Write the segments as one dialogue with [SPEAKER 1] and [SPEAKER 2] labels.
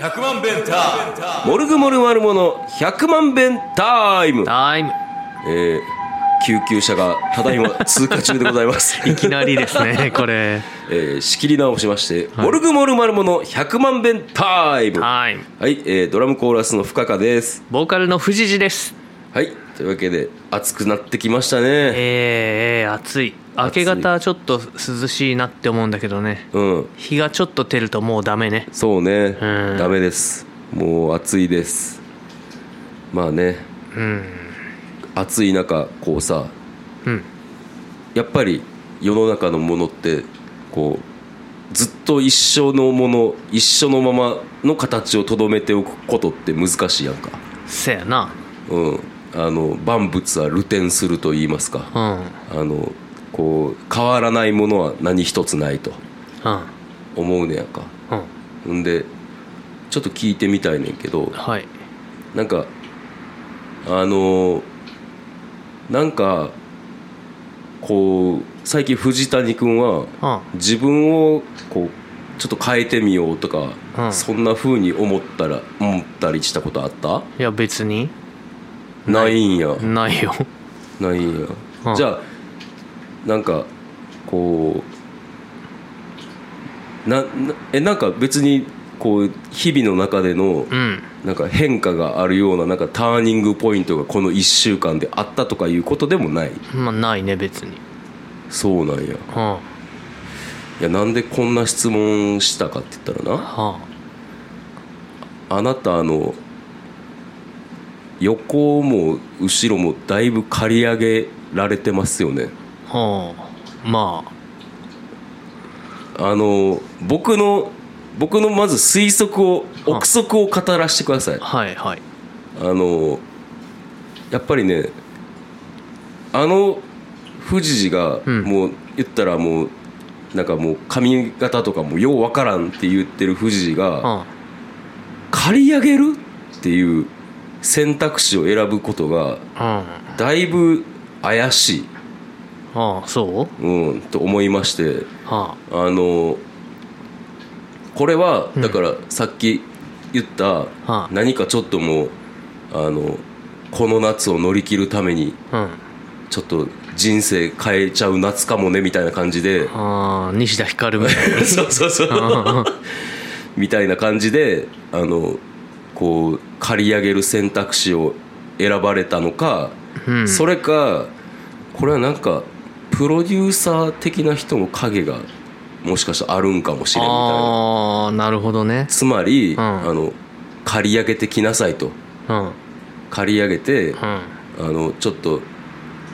[SPEAKER 1] 100万弁ター
[SPEAKER 2] モルグモルマルモの100万弁タイム
[SPEAKER 3] タイム
[SPEAKER 2] えー救急車がただいま通過中でございます
[SPEAKER 3] いきなりです ねこれ
[SPEAKER 2] えー仕切り直しまして、モルグモルマルモの100万弁タイムは
[SPEAKER 3] タイム
[SPEAKER 2] い、えードラムコーラスの深川です
[SPEAKER 3] ボーカルの藤次です
[SPEAKER 2] はいというわけで暑くなってきました
[SPEAKER 3] え
[SPEAKER 2] ね
[SPEAKER 3] ーえー暑い明け方ちょっと涼しいなって思うんだけどね
[SPEAKER 2] うん
[SPEAKER 3] 日がちょっと照るともうダメね
[SPEAKER 2] そうね
[SPEAKER 3] うん
[SPEAKER 2] ダメですもう暑いですまあね
[SPEAKER 3] うん
[SPEAKER 2] 暑い中こうさ
[SPEAKER 3] うん
[SPEAKER 2] やっぱり世の中のものってこうずっと一緒のもの一緒のままの形をとどめておくことって難しいやんか、
[SPEAKER 3] せやな
[SPEAKER 2] うん、あの万物は流転すると言いますか
[SPEAKER 3] うんうん
[SPEAKER 2] あのこう変わらないものは何一つないと思うねやんか
[SPEAKER 3] うん
[SPEAKER 2] んでちょっと聞いてみたいねんけど
[SPEAKER 3] はい
[SPEAKER 2] なんかあのなんかこう最近藤谷君は
[SPEAKER 3] うん
[SPEAKER 2] 自分をこうちょっと変えてみようとか、
[SPEAKER 3] うん
[SPEAKER 2] そんな風に思ったら思ったりしたことあった
[SPEAKER 3] いや別に
[SPEAKER 2] ないんや
[SPEAKER 3] ないよ
[SPEAKER 2] ないんや、
[SPEAKER 3] うん
[SPEAKER 2] じゃあなんかこうななえなんか別にこう日々の中での
[SPEAKER 3] うん
[SPEAKER 2] なんか変化があるようななんかターニングポイントがこの1週間であったとかいうことでもない
[SPEAKER 3] まあないね別に
[SPEAKER 2] そうなんや
[SPEAKER 3] うんはい
[SPEAKER 2] やなんでこんな質問したかって言ったらな
[SPEAKER 3] あ
[SPEAKER 2] あなたあの横も後ろもだいぶ刈り上げられてますよね
[SPEAKER 3] はあま
[SPEAKER 2] あの僕の僕のまず推測を
[SPEAKER 3] はあ
[SPEAKER 2] 憶測を語らせてください
[SPEAKER 3] あはいはい
[SPEAKER 2] あのやっぱりねあの富士寺が
[SPEAKER 3] うん
[SPEAKER 2] もう言ったらもうなんかもう髪型とかもようわからんって言ってる富士
[SPEAKER 3] う
[SPEAKER 2] が
[SPEAKER 3] ん
[SPEAKER 2] 刈り上げるっていう選択肢を選ぶことが
[SPEAKER 3] うん
[SPEAKER 2] だいぶ怪しい、
[SPEAKER 3] ああそう
[SPEAKER 2] うん、と思いまして
[SPEAKER 3] は
[SPEAKER 2] あのこれはだからさっき言った
[SPEAKER 3] はあ
[SPEAKER 2] 何かちょっともうあのこの夏を乗り切るために
[SPEAKER 3] あうん
[SPEAKER 2] ちょっと人生変えちゃう夏かもねみたいな感じで
[SPEAKER 3] ああ 西田ひかるみた い
[SPEAKER 2] そうそうそ
[SPEAKER 3] な
[SPEAKER 2] う みたいな感じであのこう借り上げる選択肢を選ばれたのか
[SPEAKER 3] うん
[SPEAKER 2] それかこれはなんかプロデューサー的な人の影がもしかしたらあるんかもしれんみたいな
[SPEAKER 3] ああなるほどね
[SPEAKER 2] つまり、
[SPEAKER 3] ん
[SPEAKER 2] あの借り上げてきなさいと
[SPEAKER 3] うんうん
[SPEAKER 2] 借り上げて、あのちょっと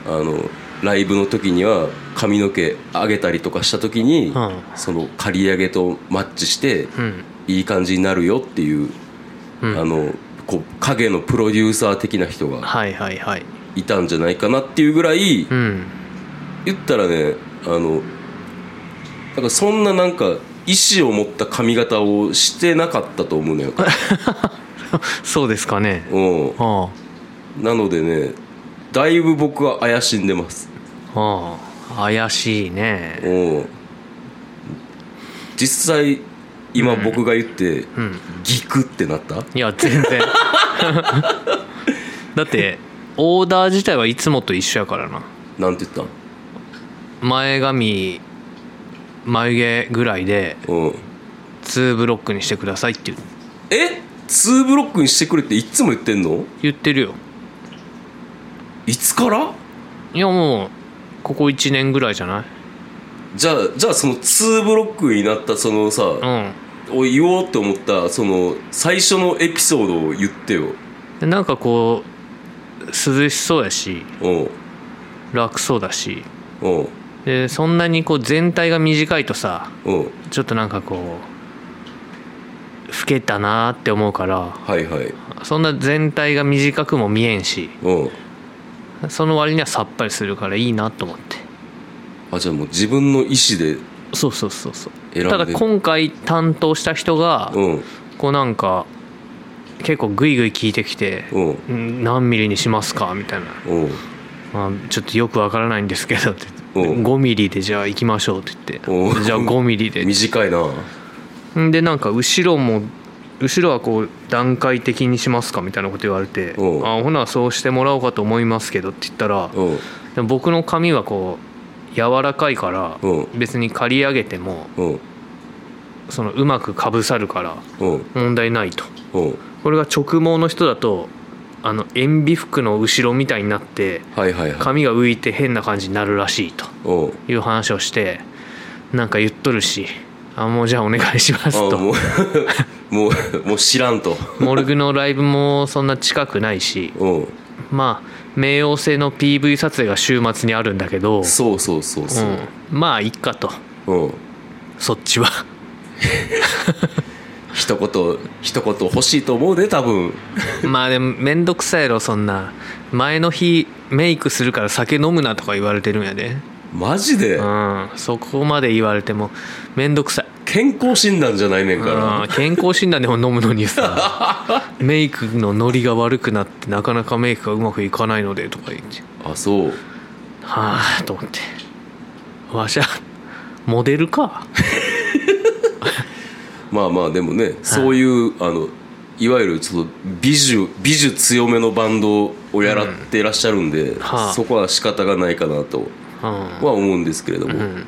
[SPEAKER 2] あのライブの時には髪の毛上げたりとかした時に、
[SPEAKER 3] うん
[SPEAKER 2] その借り上げとマッチして、
[SPEAKER 3] うん
[SPEAKER 2] いい感じになるよっていう、
[SPEAKER 3] うん
[SPEAKER 2] あのこう影のプロデューサー的な人が
[SPEAKER 3] はいはいはい
[SPEAKER 2] いたんじゃないかなっていうぐらい、
[SPEAKER 3] うん
[SPEAKER 2] 言ったらねあのなんかそんななんか意思を持った髪型をしてなかったと思う のよ、
[SPEAKER 3] そうですかね
[SPEAKER 2] う
[SPEAKER 3] あ
[SPEAKER 2] ん、なのでねだいぶ僕は怪しんでます、
[SPEAKER 3] あああ怪しいね
[SPEAKER 2] うん、実際今僕が言って、
[SPEAKER 3] うん
[SPEAKER 2] ギクってなった
[SPEAKER 3] いや全 然だってオーダー自体はいつもと一緒やからな
[SPEAKER 2] なんて言ったん
[SPEAKER 3] 前髪眉毛ぐらいで
[SPEAKER 2] うん
[SPEAKER 3] 2ブロックにしてくださいって言う
[SPEAKER 2] え2ブロックにしてくれっていっつも言ってんの
[SPEAKER 3] 言ってるよ
[SPEAKER 2] いつから
[SPEAKER 3] いやもうここ1年ぐらいじゃない
[SPEAKER 2] じゃあじゃあその2ブロックになったそのさ、
[SPEAKER 3] うん
[SPEAKER 2] おい言おうって思ったその最初のエピソードを言ってよ
[SPEAKER 3] でなんかこう涼しそうやし
[SPEAKER 2] うん
[SPEAKER 3] 楽そうだし
[SPEAKER 2] うん
[SPEAKER 3] でそんなにこう全体が短いとさ
[SPEAKER 2] うん
[SPEAKER 3] ちょっとなんかこう老けたなーって思うから
[SPEAKER 2] はいはい
[SPEAKER 3] そんな全体が短くも見えんし
[SPEAKER 2] うん
[SPEAKER 3] その割にはさっぱりするからいいなと思って
[SPEAKER 2] あじゃあもう自分の意思で
[SPEAKER 3] そうそうそうそう
[SPEAKER 2] 選んで
[SPEAKER 3] ただ今回担当した人が
[SPEAKER 2] うん
[SPEAKER 3] こうなんか結構グイグイ聞いてきて
[SPEAKER 2] うん
[SPEAKER 3] 「ん何ミリにしますか?」みたいな
[SPEAKER 2] うん
[SPEAKER 3] まあ、ちょっとよくわからないんですけどって
[SPEAKER 2] うん
[SPEAKER 3] 5ミリでじゃあ行きましょうって言っ
[SPEAKER 2] お
[SPEAKER 3] てじゃあ5ミリで
[SPEAKER 2] 短いなは
[SPEAKER 3] でなんか後ろも後ろはこう段階的にしますかみたいなこと言われて「あ
[SPEAKER 2] おう
[SPEAKER 3] ほなそうしてもらおうかと思いますけど」って言ったら
[SPEAKER 2] うん
[SPEAKER 3] でも僕の髪はこう柔らかいから
[SPEAKER 2] おう
[SPEAKER 3] 別に刈り上げても
[SPEAKER 2] うん
[SPEAKER 3] そのうまくかぶさるから
[SPEAKER 2] うん
[SPEAKER 3] 問題ないと
[SPEAKER 2] うん
[SPEAKER 3] これが直毛の人だとあの塩ビ服の後ろみたいになって
[SPEAKER 2] はいはいはい
[SPEAKER 3] 髪が浮いて変な感じになるらしいと
[SPEAKER 2] うん
[SPEAKER 3] いう話をしてなんか言っとるしあもうじゃあお願いします
[SPEAKER 2] あ
[SPEAKER 3] と
[SPEAKER 2] もう もうもう知らんと
[SPEAKER 3] モルグのライブもそんな近くないし
[SPEAKER 2] うん
[SPEAKER 3] まあ冥王星の PV 撮影が週末にあるんだけど、
[SPEAKER 2] そうそうそうそう
[SPEAKER 3] うん、まあいっかと
[SPEAKER 2] うん
[SPEAKER 3] そっちは
[SPEAKER 2] 一言一言欲しいと思うね多分
[SPEAKER 3] まあでも面倒くさいやろそんな前の日メイクするから酒飲むなとか言われてるんやで
[SPEAKER 2] マジで
[SPEAKER 3] うんそこまで言われても面倒くさい
[SPEAKER 2] 健康診断じゃないねんか
[SPEAKER 3] うん健康診断でも飲むのにさメイクのノリが悪くなってなかなかメイクがうまくいかないのでとか言って
[SPEAKER 2] らあそう
[SPEAKER 3] はあと思ってわしゃモデルか
[SPEAKER 2] まあまあでもねそういうあのいわゆるちょっと美女美女強めのバンドをやらってらっしゃるんで、
[SPEAKER 3] はあ
[SPEAKER 2] そこは仕方がないかなと
[SPEAKER 3] うん
[SPEAKER 2] は思うんですけれども、
[SPEAKER 3] うん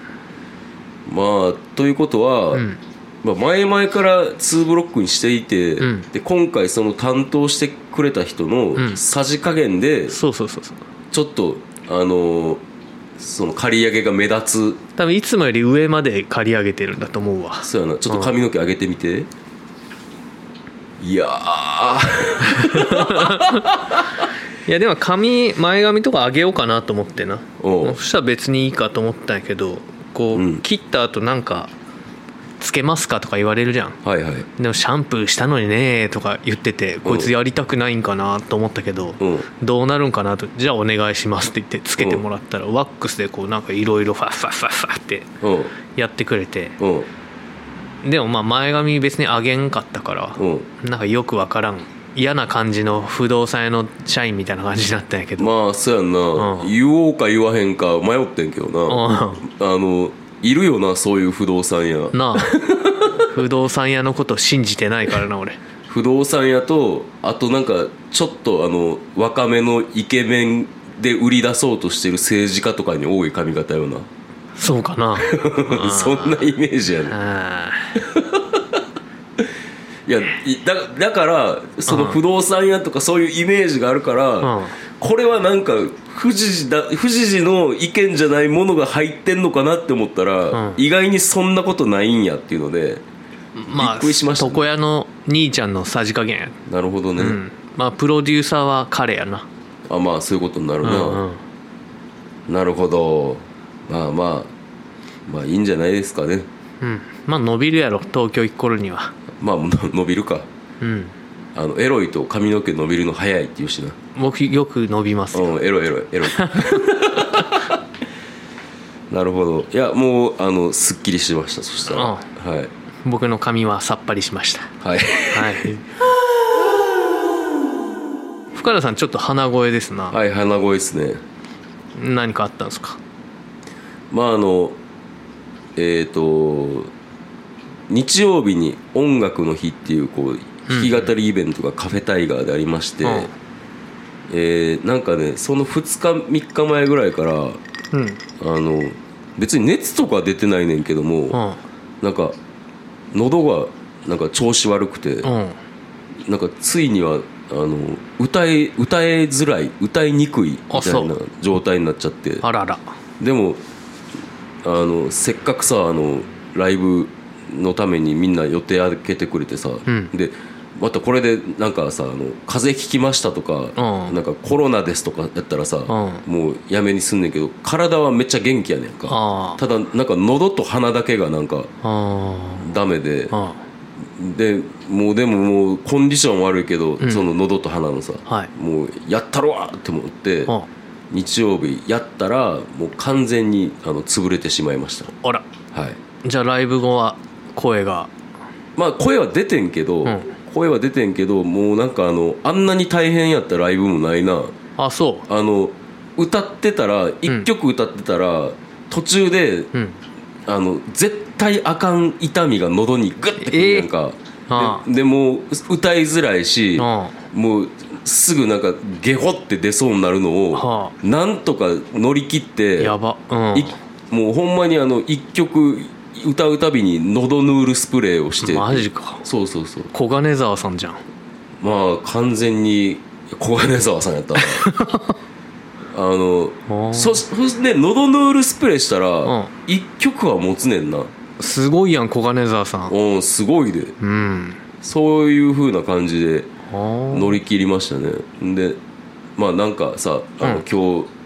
[SPEAKER 2] まあということは、
[SPEAKER 3] ん
[SPEAKER 2] まあ、前々から2ブロックにしていて、
[SPEAKER 3] うん
[SPEAKER 2] で今回その担当してくれた人の
[SPEAKER 3] ん
[SPEAKER 2] さじ加減で
[SPEAKER 3] そうそうそうそう
[SPEAKER 2] ちょっとあのーその刈り上げが目立
[SPEAKER 3] 多分いつもより上まで刈り上げてるんだと思うわ
[SPEAKER 2] つそうやなちょっと髪の毛上げてみて、いやー
[SPEAKER 3] いやでも髪前髪とか上げようかなと思ってな
[SPEAKER 2] おう
[SPEAKER 3] そしたら別にいいかと思ったんやけどこう、
[SPEAKER 2] うん
[SPEAKER 3] 切った後なんか「つけますか?」とか言われるじゃん
[SPEAKER 2] はいはい
[SPEAKER 3] でもシャンプーしたのにねとか言っててこいつやりたくないんかなと思ったけど、
[SPEAKER 2] うん
[SPEAKER 3] どうなるんかなとじゃあお願いしますって言ってつけてもらったら、ワックスでこうなんかいろいろファッファッファッファッって
[SPEAKER 2] うん
[SPEAKER 3] やってくれて
[SPEAKER 2] うん
[SPEAKER 3] でもまあ前髪別に上げんかったから、
[SPEAKER 2] うん
[SPEAKER 3] なんかよくわからん嫌な感じの不動産屋の社員みたいな感じになったんやけど、
[SPEAKER 2] まあそうやんな、
[SPEAKER 3] うん
[SPEAKER 2] 言おうか言わへんか迷ってんけどな、
[SPEAKER 3] うん
[SPEAKER 2] あのいるよなそういう不動産屋
[SPEAKER 3] なあ不動産屋のこと信じてないからな俺
[SPEAKER 2] 不動産屋とあとなんかちょっとあの若めのイケメンで売り出そうとしてる政治家とかに多い髪型よな
[SPEAKER 3] そうかな
[SPEAKER 2] そんなイメージやね
[SPEAKER 3] あ
[SPEAKER 2] いやいだだからその不動産屋とかそういうイメージがあるから、
[SPEAKER 3] うん
[SPEAKER 2] これはなんか富士寺だ富士寺の意見じゃないものが入ってんのかなって思ったら、
[SPEAKER 3] うん
[SPEAKER 2] 意外にそんなことないんやっていうので
[SPEAKER 3] ーま
[SPEAKER 2] びっ
[SPEAKER 3] あ
[SPEAKER 2] くりしましたね
[SPEAKER 3] 床屋の兄ちゃんのさじ加減や
[SPEAKER 2] なるほどね、
[SPEAKER 3] うんまあプロデューサーは彼やな
[SPEAKER 2] あまあそういうことになる
[SPEAKER 3] う
[SPEAKER 2] な、
[SPEAKER 3] んうん
[SPEAKER 2] なるほどまあまあまあいいんじゃないですかね
[SPEAKER 3] うんまあ伸びるやろ東京行く頃には
[SPEAKER 2] まあ の伸びるか
[SPEAKER 3] うん
[SPEAKER 2] あのエロいと髪の毛伸びるの早いって言うしな
[SPEAKER 3] 僕よく伸びますよ
[SPEAKER 2] うんエロいエロいエロ いなるほどいやもうあのすっきりしましたそしたら
[SPEAKER 3] うん
[SPEAKER 2] はい
[SPEAKER 3] 僕の髪はさっぱりしました
[SPEAKER 2] はい
[SPEAKER 3] はい深田さんちょっと鼻声ですな、
[SPEAKER 2] はい鼻声ですね
[SPEAKER 3] 何かあったんですか
[SPEAKER 2] まああのえっ、と日曜日に「音楽の日」っていうこう弾き語りイベントがカフェタイガーでありまして、
[SPEAKER 3] うん
[SPEAKER 2] えーなんかねその2日3日前ぐらいからあ
[SPEAKER 3] うん
[SPEAKER 2] の別に熱とか出てないねんけども、
[SPEAKER 3] うん
[SPEAKER 2] なんか喉がなんか調子悪くて、
[SPEAKER 3] うん
[SPEAKER 2] なんかついにはあの歌え歌えづらい歌いにくいみ
[SPEAKER 3] あ
[SPEAKER 2] たいな
[SPEAKER 3] そう
[SPEAKER 2] 状態になっちゃって
[SPEAKER 3] あらら
[SPEAKER 2] でもあのせっかくさあのライブのためにみんな予定開けてくれてさ、
[SPEAKER 3] ん
[SPEAKER 2] でまたこれでなんかさあの風邪ひきましたとか、
[SPEAKER 3] うん
[SPEAKER 2] なんかコロナですとかやったらさ、
[SPEAKER 3] う
[SPEAKER 2] もうやめにすんねんけど体はめっちゃ元気やねんか
[SPEAKER 3] あー
[SPEAKER 2] ただなんか喉と鼻だけがなんか
[SPEAKER 3] あ
[SPEAKER 2] ダメで、
[SPEAKER 3] ーあ
[SPEAKER 2] でもうでももうコンディション悪いけど、その喉と鼻のさ、
[SPEAKER 3] はい
[SPEAKER 2] もうやったろわって思って
[SPEAKER 3] あ
[SPEAKER 2] 日曜日やったらもう完全にあの潰れてしまいまし
[SPEAKER 3] あら
[SPEAKER 2] たはい
[SPEAKER 3] じゃあライブ後は声が
[SPEAKER 2] まあ声は出てんけど、
[SPEAKER 3] ん
[SPEAKER 2] 声は出てんけどもうなんかあのあんなに大変やったライブもないな
[SPEAKER 3] あそ
[SPEAKER 2] あの歌ってたら一曲歌ってたら、途中で、
[SPEAKER 3] うん
[SPEAKER 2] あの絶対あかん痛みが喉にグッてくるやんか、
[SPEAKER 3] えーああ
[SPEAKER 2] ででもう歌いづらいし
[SPEAKER 3] あ
[SPEAKER 2] もうすぐなんかゲホって出そうになるのを、
[SPEAKER 3] は
[SPEAKER 2] なんとか乗り切って
[SPEAKER 3] やばうん
[SPEAKER 2] いもうほんまにあの一曲歌うたびに喉ヌールスプレーをして
[SPEAKER 3] マジか
[SPEAKER 2] そうそうそう
[SPEAKER 3] 小金沢さんじゃん
[SPEAKER 2] まあ完全に小金沢さんや ったなあの
[SPEAKER 3] ー
[SPEAKER 2] そそして喉ヌールスプレーした
[SPEAKER 3] うん
[SPEAKER 2] ら一曲は持つねんな
[SPEAKER 3] すごいやん小金沢さん
[SPEAKER 2] うんすごいで
[SPEAKER 3] うん
[SPEAKER 2] そういう風な感じで
[SPEAKER 3] あー
[SPEAKER 2] 乗り切りましたねでまあなんかさあの、
[SPEAKER 3] うん
[SPEAKER 2] 今日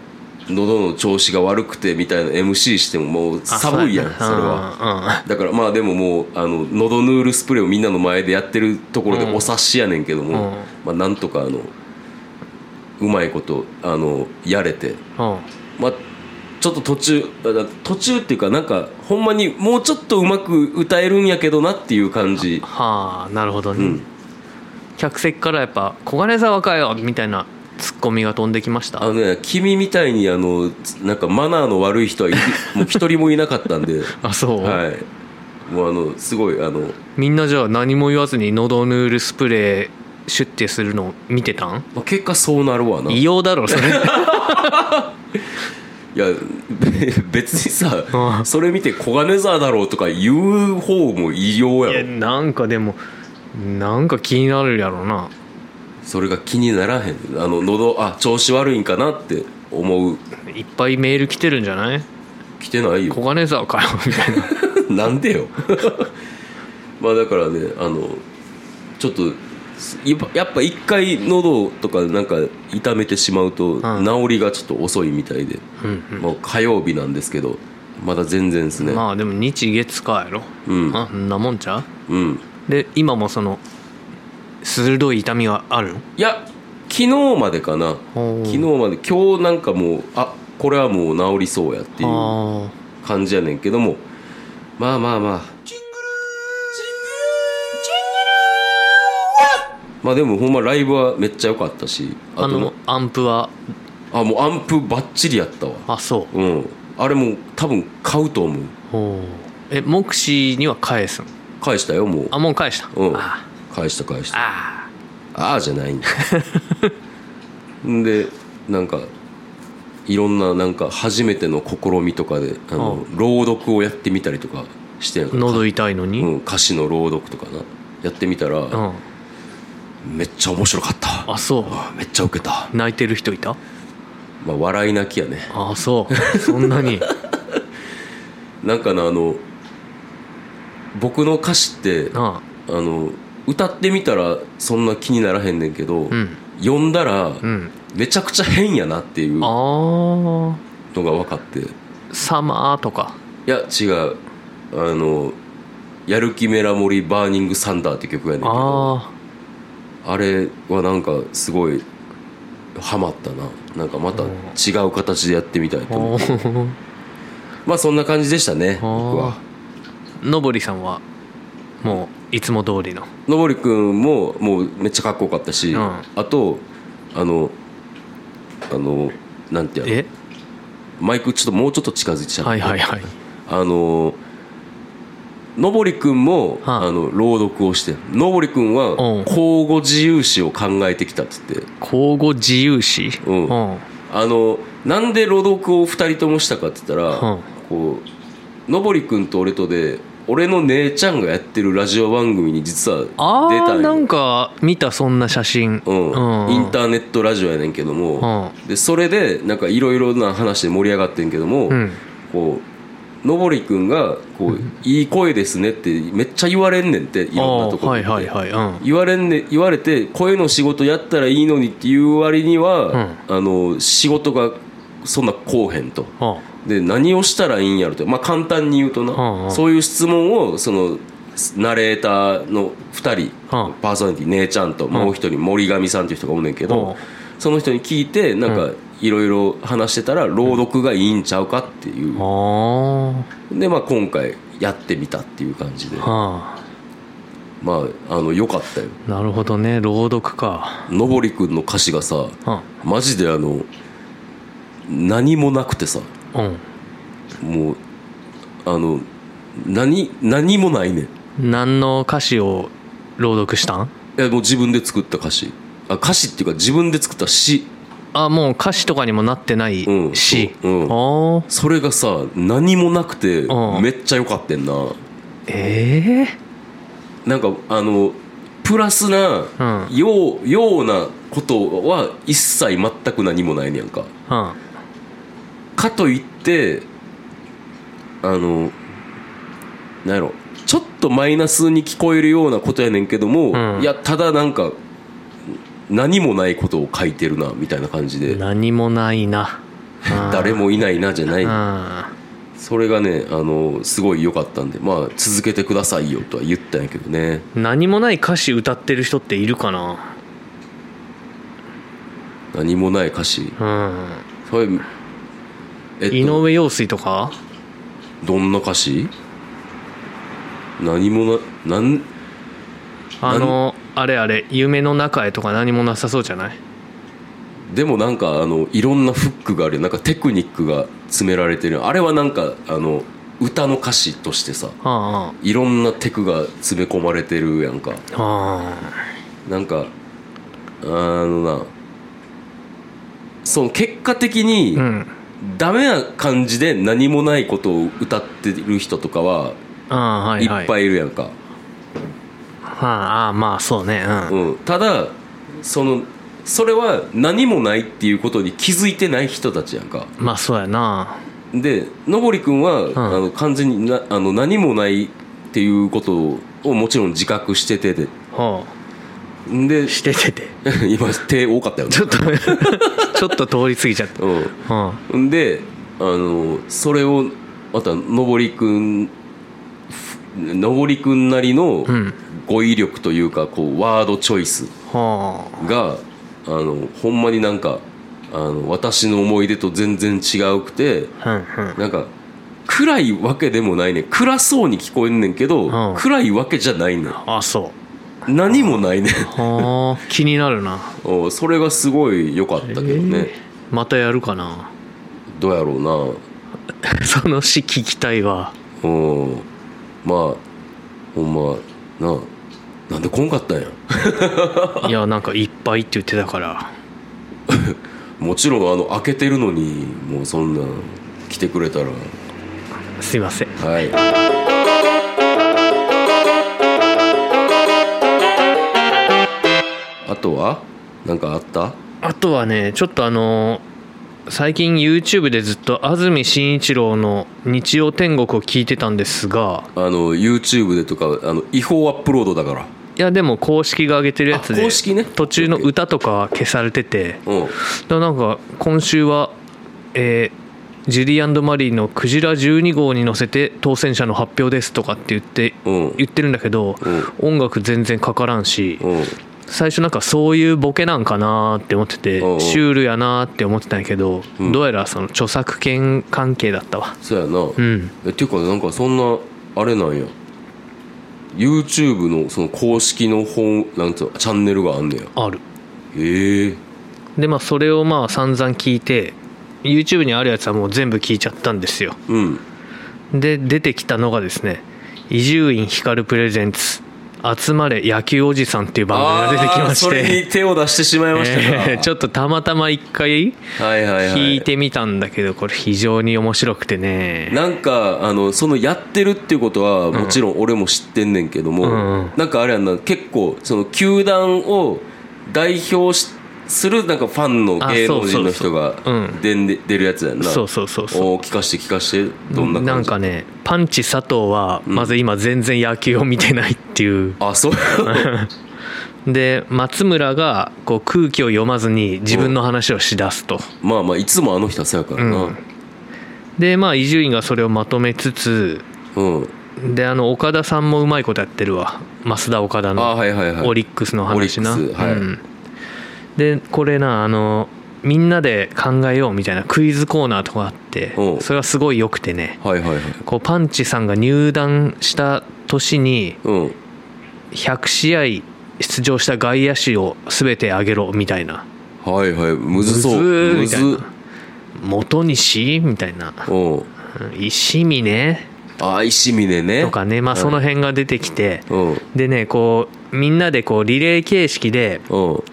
[SPEAKER 2] 喉の調子が悪くてみたいな MC してももう
[SPEAKER 3] あ
[SPEAKER 2] 寒いやんそれは
[SPEAKER 3] は
[SPEAKER 2] だからまあでももうあの喉ヌールスプレーをみんなの前でやってるところで
[SPEAKER 3] うん
[SPEAKER 2] お察しやねんけども、
[SPEAKER 3] うん
[SPEAKER 2] まあなんとかあのうまいことあのやれて
[SPEAKER 3] うんうん
[SPEAKER 2] まあちょっと途中あ途中っていうかなんかほんまにもうちょっとうまく歌えるんやけどなっていう感じ
[SPEAKER 3] はあなるほど
[SPEAKER 2] う
[SPEAKER 3] ね、
[SPEAKER 2] ん
[SPEAKER 3] 客席からやっぱ「小金沢かよ!」みたいなツッコミが飛んできました
[SPEAKER 2] あのね、君みたいにあのつなんかマナーの悪い 人はいもう一人もいなかったんで、
[SPEAKER 3] あそう、
[SPEAKER 2] はい、もうあのすごいあの、
[SPEAKER 3] みんなじゃあ何も言わずに喉ヌールスプレーシュッてするのを見てたん
[SPEAKER 2] まあ、結果そうなるわな。
[SPEAKER 3] 異
[SPEAKER 2] い
[SPEAKER 3] 様だろそれ
[SPEAKER 2] や べ別に
[SPEAKER 3] う
[SPEAKER 2] さ
[SPEAKER 3] ん
[SPEAKER 2] それ見て小金沢だろうとか言う方も異 様や
[SPEAKER 3] いや
[SPEAKER 2] ろ
[SPEAKER 3] なんかでもなんか気になるやろな
[SPEAKER 2] それが気にならへんあの喉あ調子悪いんかなって思う
[SPEAKER 3] いっぱいメール来てるんじゃない
[SPEAKER 2] 来てないよ
[SPEAKER 3] 小金沢かよみたいな
[SPEAKER 2] なんで よまあだからねあのちょっとやっぱやっぱ一回喉とかなんか痛めてしまうと
[SPEAKER 3] ん
[SPEAKER 2] 治りがちょっと遅いみたいで、
[SPEAKER 3] うん
[SPEAKER 2] もう火曜日なんですけどまだ全然ですね、
[SPEAKER 3] まあでも日月かやろ、
[SPEAKER 2] うん
[SPEAKER 3] あんなもんちゃう
[SPEAKER 2] うん
[SPEAKER 3] で今もその鋭い痛みはある
[SPEAKER 2] いや昨日までかな
[SPEAKER 3] おー
[SPEAKER 2] 昨日まで今日なんかもうあこれはもう治りそうやっていう
[SPEAKER 3] あ
[SPEAKER 2] 感じやねんけどもまあまあまあまあでもほんまライブはめっちゃ良かったしあ
[SPEAKER 3] ああ
[SPEAKER 2] と
[SPEAKER 3] のアンプは
[SPEAKER 2] あもうアンプバッチリやったわ
[SPEAKER 3] あそう
[SPEAKER 2] うんあれもう多分買うと思う
[SPEAKER 3] おーえ目視には返すん
[SPEAKER 2] 返したよもう
[SPEAKER 3] あもう返した、
[SPEAKER 2] うん
[SPEAKER 3] あ
[SPEAKER 2] 返した返した
[SPEAKER 3] あ
[SPEAKER 2] ああじゃないんだんでなんかいろんななんか初めての試みとかであの朗読をやってみたりとかしてんやんか
[SPEAKER 3] 喉痛いのに、
[SPEAKER 2] うん、歌詞の朗読とかなやってみたら、
[SPEAKER 3] うん
[SPEAKER 2] めっちゃ面白かった
[SPEAKER 3] あそう
[SPEAKER 2] あめっちゃウケた、
[SPEAKER 3] 泣いてる人いた
[SPEAKER 2] まあ、笑い泣きやね
[SPEAKER 3] あそうそんなに
[SPEAKER 2] なんかなあの僕の歌詞ってあ
[SPEAKER 3] あ
[SPEAKER 2] の歌ってみたらそんな気にならへんねんけど、
[SPEAKER 3] ん
[SPEAKER 2] 読んだら、
[SPEAKER 3] うん
[SPEAKER 2] めちゃくちゃ変やなっていう
[SPEAKER 3] あ
[SPEAKER 2] の
[SPEAKER 3] ー
[SPEAKER 2] が分かってい
[SPEAKER 3] サマーとか
[SPEAKER 2] や違うあの「やる気メラモリバーニングサンダー」って曲やねんけど
[SPEAKER 3] あ
[SPEAKER 2] あれはなんかすごいハマったななんかまた違う形でやってみたい
[SPEAKER 3] ー
[SPEAKER 2] と思う
[SPEAKER 3] おー
[SPEAKER 2] まあそんな感じでしたね僕は
[SPEAKER 3] あーのぼりさんはもういつも通りの
[SPEAKER 2] のぼりくんももうめっちゃかっこよかったし、
[SPEAKER 3] うん
[SPEAKER 2] あとあのあのなんてや
[SPEAKER 3] え
[SPEAKER 2] ろマイクちょっともうちょっと近づいてしゃべ
[SPEAKER 3] は
[SPEAKER 2] っ
[SPEAKER 3] い
[SPEAKER 2] て
[SPEAKER 3] はいはい
[SPEAKER 2] あののぼりくんも、
[SPEAKER 3] はあ
[SPEAKER 2] あの朗読をしてのぼりくんは
[SPEAKER 3] うん
[SPEAKER 2] 交互自由詩を考えてきたっつって
[SPEAKER 3] 交互自由視
[SPEAKER 2] うん
[SPEAKER 3] うん
[SPEAKER 2] あのなんで朗読を2人ともしたかって言ったら、
[SPEAKER 3] うん
[SPEAKER 2] こうのぼりくんと俺とで俺の姉ちゃんがやってるラジオ番組に実は出
[SPEAKER 3] あ
[SPEAKER 2] た
[SPEAKER 3] ー
[SPEAKER 2] ん
[SPEAKER 3] な
[SPEAKER 2] よ
[SPEAKER 3] んか見たそんな写真
[SPEAKER 2] うんインタ
[SPEAKER 3] ー
[SPEAKER 2] ーネットラジオやねんけども、
[SPEAKER 3] う
[SPEAKER 2] でそれでなんかいろいろな話で盛り上がってんけども、
[SPEAKER 3] うん
[SPEAKER 2] こうのぼりくんがこう「いい声ですね」ってめっちゃ言われんねんっていろんなとこ
[SPEAKER 3] は
[SPEAKER 2] で
[SPEAKER 3] いはいはいうん
[SPEAKER 2] 言われんね言われて声の仕事やったらいいのにっていう割には、あの仕事がそんなこうへんと。
[SPEAKER 3] あ
[SPEAKER 2] で何をしたらいいんやろと、まあ、簡単に言うとな、
[SPEAKER 3] うんうん
[SPEAKER 2] そういう質問をそのナレーターの2人、
[SPEAKER 3] うん
[SPEAKER 2] パーソナリティ姉ちゃんともう一人森上さんっていう人がおんねんけど、
[SPEAKER 3] うん
[SPEAKER 2] その人に聞いてなん
[SPEAKER 3] う
[SPEAKER 2] かいろいろ話してたら朗読がいいんちゃうかっていう
[SPEAKER 3] あ、ー
[SPEAKER 2] で、まあ、今回やってみたっていう感じで、
[SPEAKER 3] は
[SPEAKER 2] まああのよかったよ
[SPEAKER 3] あなるほどね朗読か
[SPEAKER 2] のぼりくんの歌詞がさ
[SPEAKER 3] うん
[SPEAKER 2] マジであの何もなくてさ
[SPEAKER 3] うん
[SPEAKER 2] もうあの何何もないねんい
[SPEAKER 3] 何の歌詞を朗読したん
[SPEAKER 2] やもう自分で作った歌詞あ歌詞っていうか自分で作った詩
[SPEAKER 3] あもう歌詞とかにもなってない
[SPEAKER 2] うん
[SPEAKER 3] し、
[SPEAKER 2] そううん
[SPEAKER 3] あー
[SPEAKER 2] それがさ何もなくて
[SPEAKER 3] うん
[SPEAKER 2] めっちゃ良かったんな
[SPEAKER 3] え
[SPEAKER 2] なんかあのプラスな、
[SPEAKER 3] うん
[SPEAKER 2] ようようなことは一切全く何もないねやんか
[SPEAKER 3] えうん
[SPEAKER 2] かといってあのなんやろちょっとマイナスに聞こえるようなことやねんけども、
[SPEAKER 3] うん
[SPEAKER 2] いやただなんか何もないことを書いてるなみたいな感じで
[SPEAKER 3] 何もないな
[SPEAKER 2] 誰もいないなじゃな
[SPEAKER 3] う
[SPEAKER 2] い
[SPEAKER 3] んあ
[SPEAKER 2] それがねあのすごい良かったんでまあ続けてくださいよとは言ったんやけどね
[SPEAKER 3] ー何もない歌詞歌ってる人っているかな
[SPEAKER 2] 何もない歌詞
[SPEAKER 3] うん
[SPEAKER 2] それえっと
[SPEAKER 3] 井上陽水とか
[SPEAKER 2] どんな歌詞何もななん
[SPEAKER 3] あのあれあれ夢の中へとか何もなさそうじゃない
[SPEAKER 2] でもなんかあのいろんなフックがあるよなんかテクニックが詰められてるあれはなんかあの歌の歌詞としてさ
[SPEAKER 3] あ
[SPEAKER 2] いろんなテクが詰め込まれてるやんか
[SPEAKER 3] ああ
[SPEAKER 2] なんかあのなその結果的に
[SPEAKER 3] あうん
[SPEAKER 2] ダメな感じで何もないことを歌ってる人とかは
[SPEAKER 3] ああはいいはい
[SPEAKER 2] っぱいいるやんか、
[SPEAKER 3] はああまあそうねうん
[SPEAKER 2] うん、ただそのそれは何もないっていうことに気づいてない人たちやんか
[SPEAKER 3] まあそうやな
[SPEAKER 2] でのぼりくんは、あの完全になあの何もないっていうことをもちろん自覚しててで
[SPEAKER 3] ほ
[SPEAKER 2] で
[SPEAKER 3] うしててて
[SPEAKER 2] 今手多かったよね
[SPEAKER 3] ちょっと ちょっと通り過ぎちゃったうん
[SPEAKER 2] うんであのそれをまたのぼりくんふのぼりくんなりの
[SPEAKER 3] うん
[SPEAKER 2] 語彙力というかこうワードチョイス
[SPEAKER 3] は
[SPEAKER 2] があのほんまになんかあの私の思い出と全然違うくて
[SPEAKER 3] あうんうん
[SPEAKER 2] なんか暗いわけでもないねん暗そうに聞こえんねんけど、
[SPEAKER 3] うん
[SPEAKER 2] 暗いわけじゃないねん
[SPEAKER 3] あそう
[SPEAKER 2] 何もないねん
[SPEAKER 3] はあ気になるな
[SPEAKER 2] おそれがすごい良かったけどね、
[SPEAKER 3] またやるかな
[SPEAKER 2] どうやろう
[SPEAKER 3] その詩聞きたいわ
[SPEAKER 2] なおまあほんまななんでこんかったんや
[SPEAKER 3] いやなんかいっぱいって言ってたから
[SPEAKER 2] もちろんあの開けてるのにもうそんなん来てくれたら
[SPEAKER 3] すいません
[SPEAKER 2] はいあとはなんかあった
[SPEAKER 3] あとはねちょっとあの最近 YouTube でずっと安住紳一郎の「日曜天国」を聞いてたんですが
[SPEAKER 2] あの YouTube でとかあの違法アップロードだから
[SPEAKER 3] いやでも公式が上げてるやつで
[SPEAKER 2] あ公式ね
[SPEAKER 3] 途中の歌とかは消されてて
[SPEAKER 2] うん
[SPEAKER 3] だからなんか今週は、えージュディマリーの「クジラ12号」に乗せて当選者の発表ですとかって言って、
[SPEAKER 2] うん
[SPEAKER 3] 言ってるんだけど、音楽全然かからんし、
[SPEAKER 2] うん
[SPEAKER 3] 最初なんかそういうボケなんかなーって思ってて、
[SPEAKER 2] うんうん
[SPEAKER 3] シュールやなーって思ってたんやけど、
[SPEAKER 2] うん
[SPEAKER 3] どうやらその著作権関係だったわ
[SPEAKER 2] そうやな、
[SPEAKER 3] うん
[SPEAKER 2] えっていうかなんかそんなあれなんや YouTube のその公式の本なんつうのチャンネルがあんねや
[SPEAKER 3] ある
[SPEAKER 2] へえ
[SPEAKER 3] でまあそれをまあ散々聞いて YouTube にあるやつはもう全部聞いちゃったんですよ
[SPEAKER 2] うん
[SPEAKER 3] で出てきたのがですね伊集院光プレゼンツ集まれ野球おじさんっていう番組が出てき
[SPEAKER 2] あー
[SPEAKER 3] ま
[SPEAKER 2] そ
[SPEAKER 3] し
[SPEAKER 2] れ
[SPEAKER 3] て
[SPEAKER 2] に手を出してしまいましたか、
[SPEAKER 3] えーちょっとたまたま一回
[SPEAKER 2] はいはいはい
[SPEAKER 3] 聞いてみたんだけどこれ非常に面白くてね
[SPEAKER 2] なんかあのそのやってるっていうことはもちろん俺も知ってんねんけども、
[SPEAKER 3] うんうん
[SPEAKER 2] なんかあれやんな結構その球団を代表しするなんかファンの芸能人の人が
[SPEAKER 3] あそうそうそううん
[SPEAKER 2] でんで出るやつやんな
[SPEAKER 3] そうそうそうそう
[SPEAKER 2] おー聞かして聞かしてどんな感じ
[SPEAKER 3] なんかねパンチ佐藤はまず今全然野球を見てないっていう、
[SPEAKER 2] あそう
[SPEAKER 3] で松村がこう空気を読まずに自分の話をしだすと、
[SPEAKER 2] まあまあいつもあの人はそうやからな
[SPEAKER 3] うんでまあ伊集院がそれをまとめつつ
[SPEAKER 2] うん、
[SPEAKER 3] であの岡田さんもうまいことやってるわ増田岡田
[SPEAKER 2] あ
[SPEAKER 3] の
[SPEAKER 2] はいはいはい
[SPEAKER 3] オリックスの話な、
[SPEAKER 2] オリックスはい
[SPEAKER 3] うんでこれなあのみんなで考えようみたいなクイズコーナーとかあって
[SPEAKER 2] おう
[SPEAKER 3] それはすごい良くてね
[SPEAKER 2] はいはいはい
[SPEAKER 3] こうパンチさんが入団した年に
[SPEAKER 2] うん
[SPEAKER 3] 100試合出場した外野手を全て上げろみたいな
[SPEAKER 2] はいはいむずそう
[SPEAKER 3] む
[SPEAKER 2] む
[SPEAKER 3] ず
[SPEAKER 2] ず
[SPEAKER 3] ーみたいな元西みたいな
[SPEAKER 2] うん
[SPEAKER 3] うん石見ね
[SPEAKER 2] ああ石峰ね
[SPEAKER 3] とかねまあその辺が出てきて、
[SPEAKER 2] うんうん
[SPEAKER 3] でねこうみんなでこうリレー形式で
[SPEAKER 2] うん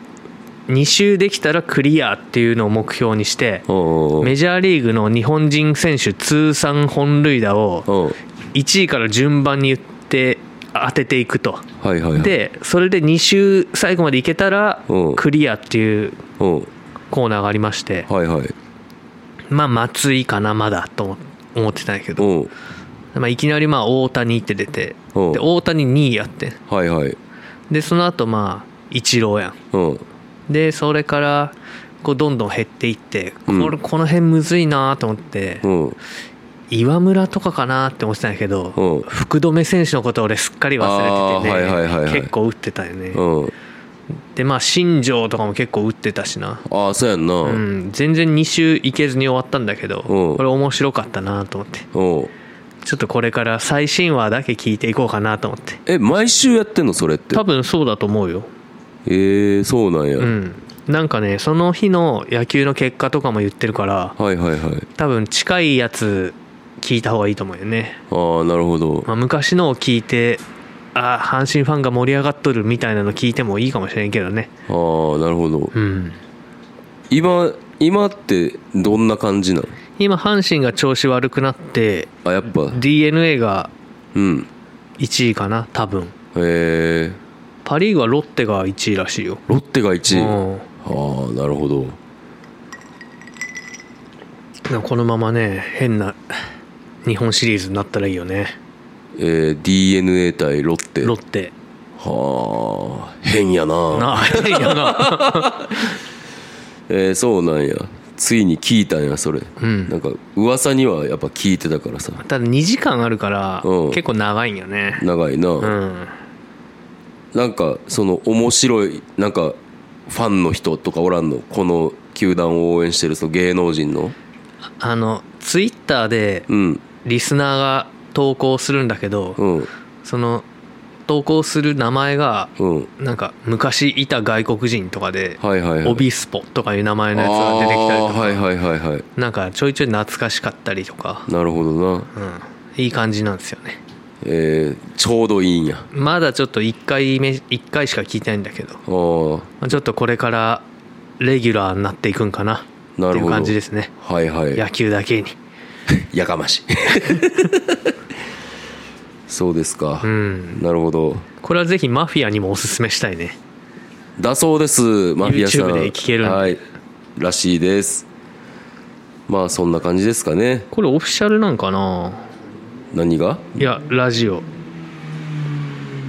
[SPEAKER 3] 2周できたらクリアっていうのを目標にして
[SPEAKER 2] うん
[SPEAKER 3] メジャーリーグの日本人選手通算本塁打を
[SPEAKER 2] うんはい
[SPEAKER 3] 1位から順番に言って当てていくと
[SPEAKER 2] はいはい
[SPEAKER 3] でそれで2周最後までいけたら
[SPEAKER 2] うん
[SPEAKER 3] クリアっていう
[SPEAKER 2] うん
[SPEAKER 3] コーナーがありまして
[SPEAKER 2] はいはい
[SPEAKER 3] まあ松井かなまだと思思ってたんやけ
[SPEAKER 2] う
[SPEAKER 3] ど、
[SPEAKER 2] ん
[SPEAKER 3] まあ、いきなりまあ大谷って出て
[SPEAKER 2] うん
[SPEAKER 3] で大谷2位やって
[SPEAKER 2] はいはい
[SPEAKER 3] でその後まあイチローやん
[SPEAKER 2] うん
[SPEAKER 3] でそれからこうどんどん減っていってこ
[SPEAKER 2] うん
[SPEAKER 3] れこの辺むずいなと思って、
[SPEAKER 2] うん
[SPEAKER 3] 岩村とかかなって思ってたんやけど、
[SPEAKER 2] うん
[SPEAKER 3] 福留選手のことを俺すっかり忘れててね、
[SPEAKER 2] あーはいはいはいはい
[SPEAKER 3] 結構打ってたよね、
[SPEAKER 2] うん
[SPEAKER 3] でまあ新庄とかも結構打ってたしな、
[SPEAKER 2] ああそうやんな
[SPEAKER 3] う
[SPEAKER 2] うん
[SPEAKER 3] ん、全然2周いけずに終わったんだけど、
[SPEAKER 2] うん
[SPEAKER 3] これ面白かったなと思ってちょっとこれから最新話だけ聞いていこうかなと思って
[SPEAKER 2] え毎週やってんのそれって
[SPEAKER 3] 多分そうだと思うよ
[SPEAKER 2] ええそうなんや
[SPEAKER 3] うんなんかねその日の野球の結果とかも言ってるから
[SPEAKER 2] はいはいはい
[SPEAKER 3] 多分近いやつ聞いた方がいいと思うよね、
[SPEAKER 2] ああなるほど
[SPEAKER 3] まあ、昔のを聞いてああ阪神ファンが盛り上がっとるみたいなの聞いてもいいかもしれんけどね
[SPEAKER 2] ああなるほど
[SPEAKER 3] うん
[SPEAKER 2] 今今ってどんな感じなの
[SPEAKER 3] 今阪神が調子悪くなって
[SPEAKER 2] あやっぱ
[SPEAKER 3] d n a が
[SPEAKER 2] うん
[SPEAKER 3] 1位かな多分
[SPEAKER 2] ええ
[SPEAKER 3] パ・リーグはロッテが1位らしいよ
[SPEAKER 2] ロッテが1位
[SPEAKER 3] うん
[SPEAKER 2] ああなるほど
[SPEAKER 3] でもこのままね変な日本シリーズになったらいいよね
[SPEAKER 2] えー、d n a 対ロッテ
[SPEAKER 3] ロッテ
[SPEAKER 2] はあ変やな
[SPEAKER 3] なあいや な
[SPEAKER 2] えー、そうなんやついに聞いたんやそれ、
[SPEAKER 3] うん
[SPEAKER 2] なんか噂にはやっぱ聞いてたからさ
[SPEAKER 3] ただ2時間あるから
[SPEAKER 2] うん
[SPEAKER 3] 結構長いんよね
[SPEAKER 2] 長いな、
[SPEAKER 3] うん
[SPEAKER 2] なんかその面白いなんかファンの人とかおらんのこの球団を応援してるその芸能人の
[SPEAKER 3] あのツイッターで
[SPEAKER 2] うん
[SPEAKER 3] リスナーが投稿するんだけど、
[SPEAKER 2] うん
[SPEAKER 3] その投稿する名前が
[SPEAKER 2] うん
[SPEAKER 3] なんか昔いた外国人とかで、
[SPEAKER 2] はいはいはい
[SPEAKER 3] オビスポとかいう名前のやつが出てきたりと
[SPEAKER 2] あー
[SPEAKER 3] か、
[SPEAKER 2] はいはいはいはい
[SPEAKER 3] なんかちょいちょい懐かしかったりとか、
[SPEAKER 2] なるほどな
[SPEAKER 3] うん、いい感じなんですよね
[SPEAKER 2] えー、ちょうどいいんやあ
[SPEAKER 3] まだちょっと1回目1回しか聞いてないんだけど
[SPEAKER 2] ー
[SPEAKER 3] まあちょっとこれからレギュラーになっていくんかなって
[SPEAKER 2] なる
[SPEAKER 3] い
[SPEAKER 2] ほ
[SPEAKER 3] う
[SPEAKER 2] ど
[SPEAKER 3] 感じですね
[SPEAKER 2] はいはい
[SPEAKER 3] 野
[SPEAKER 2] や
[SPEAKER 3] 球だけに
[SPEAKER 2] かましい そうですか、
[SPEAKER 3] うん
[SPEAKER 2] なるほど
[SPEAKER 3] これはぜひマフィアにもおすすめしたいね
[SPEAKER 2] だそうですマフィアさん
[SPEAKER 3] YouTube で聞けるんで
[SPEAKER 2] はいらしいですまあそんな感じですかね
[SPEAKER 3] これオフィシャルなんかな
[SPEAKER 2] 何が
[SPEAKER 3] いやラジオ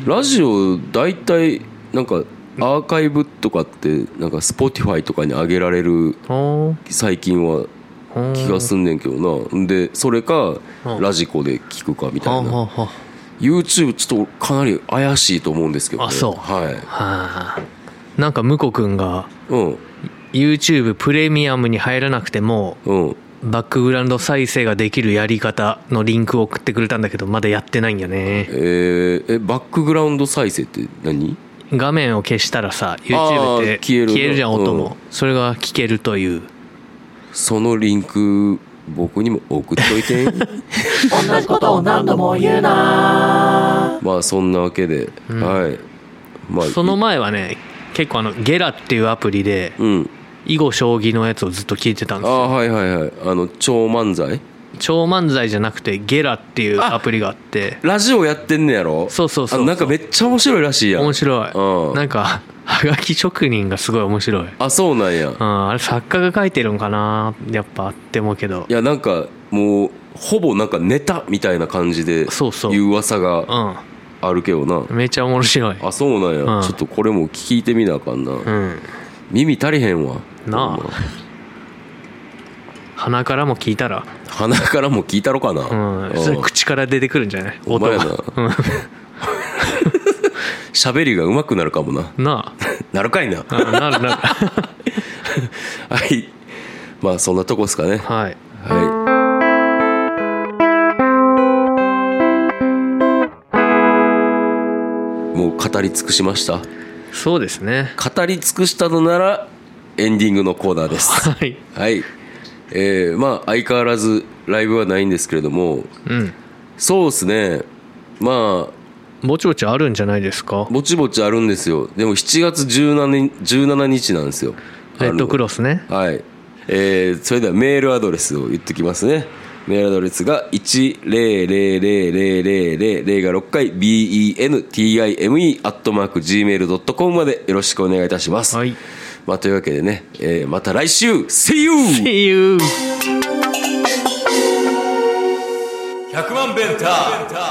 [SPEAKER 2] ラジオ大体なんかアーカイブとかってなんか Spotify とかに上げられる
[SPEAKER 3] あー
[SPEAKER 2] 最近は
[SPEAKER 3] あー
[SPEAKER 2] 気がすんねんけどなんでそれか
[SPEAKER 3] うん
[SPEAKER 2] ラジコで聞くかみた
[SPEAKER 3] はい
[SPEAKER 2] な
[SPEAKER 3] はは
[SPEAKER 2] YouTube ちょっとかなり怪しいと思うんですけど、ね、
[SPEAKER 3] あそう
[SPEAKER 2] はい
[SPEAKER 3] はあなんかムコくんが
[SPEAKER 2] うん
[SPEAKER 3] YouTube プレミアムに入らなくても
[SPEAKER 2] うん
[SPEAKER 3] バックグラウンド再生ができるやり方のリンクを送ってくれたんだけどまだやってないんよ
[SPEAKER 2] え
[SPEAKER 3] ね
[SPEAKER 2] ー、えバックグラウンド再生って何
[SPEAKER 3] 画面を消したらさ YouTube って
[SPEAKER 2] あー消える
[SPEAKER 3] じゃん音
[SPEAKER 2] うん
[SPEAKER 3] もそれが聞けるという
[SPEAKER 2] そのリンク僕にも送っとい て
[SPEAKER 4] 同じことを何度も言うな
[SPEAKER 2] まあそんなわけで、はいまあ
[SPEAKER 3] その前はね結構あのゲラっていうアプリで
[SPEAKER 2] うん
[SPEAKER 3] 囲碁将棋のやつをずっと聞いてたん
[SPEAKER 2] あ
[SPEAKER 3] ですよ
[SPEAKER 2] あはいはいはいあの超漫才
[SPEAKER 3] 超漫才じゃなくてゲラっていうアプリがあって
[SPEAKER 2] ラジオやってんねやろ
[SPEAKER 3] そうそうそうそう
[SPEAKER 2] あなんかめっちゃ面白いらしいやん
[SPEAKER 3] 面白い
[SPEAKER 2] うん
[SPEAKER 3] なんかはがき職人がすごい面白い
[SPEAKER 2] あそうなんや
[SPEAKER 3] うん、あれ作家が書いてるんかなやっぱって思うけど
[SPEAKER 2] いやなんかもうほぼなんかネタみたいな感じで
[SPEAKER 3] そうそう
[SPEAKER 2] いう噂が
[SPEAKER 3] う
[SPEAKER 2] あるけどなん
[SPEAKER 3] めちゃ面白い
[SPEAKER 2] あそうなんや、
[SPEAKER 3] うん
[SPEAKER 2] ちょっとこれも聞いてみなあかんな、
[SPEAKER 3] うん
[SPEAKER 2] 耳足りへんわ
[SPEAKER 3] なあ
[SPEAKER 2] ほんま
[SPEAKER 3] 鼻からも聞いたら
[SPEAKER 2] 鼻からも聞いたろかな、
[SPEAKER 3] うん
[SPEAKER 2] うん
[SPEAKER 3] 普通に口から出てくるんじゃない
[SPEAKER 2] お
[SPEAKER 3] 音
[SPEAKER 2] 前
[SPEAKER 3] が
[SPEAKER 2] やな喋りが上手くなるかもな
[SPEAKER 3] うんな
[SPEAKER 2] なるかいな
[SPEAKER 3] あうんな るなる
[SPEAKER 2] はいまあそんなとこですかね
[SPEAKER 3] はい
[SPEAKER 2] ははいもう語り尽くしました
[SPEAKER 3] そうですね
[SPEAKER 2] 語り尽くしたのな らエンディングのコーナーです
[SPEAKER 3] はい
[SPEAKER 2] はいえーまあ相変わらずライブはないんですけれども
[SPEAKER 3] うん
[SPEAKER 2] そうですねまあ
[SPEAKER 3] ぼちぼちあるんじゃないですか
[SPEAKER 2] ぼちぼちあるんですよでも7月17日 ,17 日なんですよ
[SPEAKER 3] レッドクロ
[SPEAKER 2] ス
[SPEAKER 3] スね
[SPEAKER 2] はいえー、それではメールアドレスを言ってきますねメールアドレスが10000000が6回 bentime.gmail.com までよろしくお願いいたします、
[SPEAKER 3] はい
[SPEAKER 2] まあ、というわけでね、えーまた来週 See you!
[SPEAKER 3] See you!
[SPEAKER 1] 100万ベンター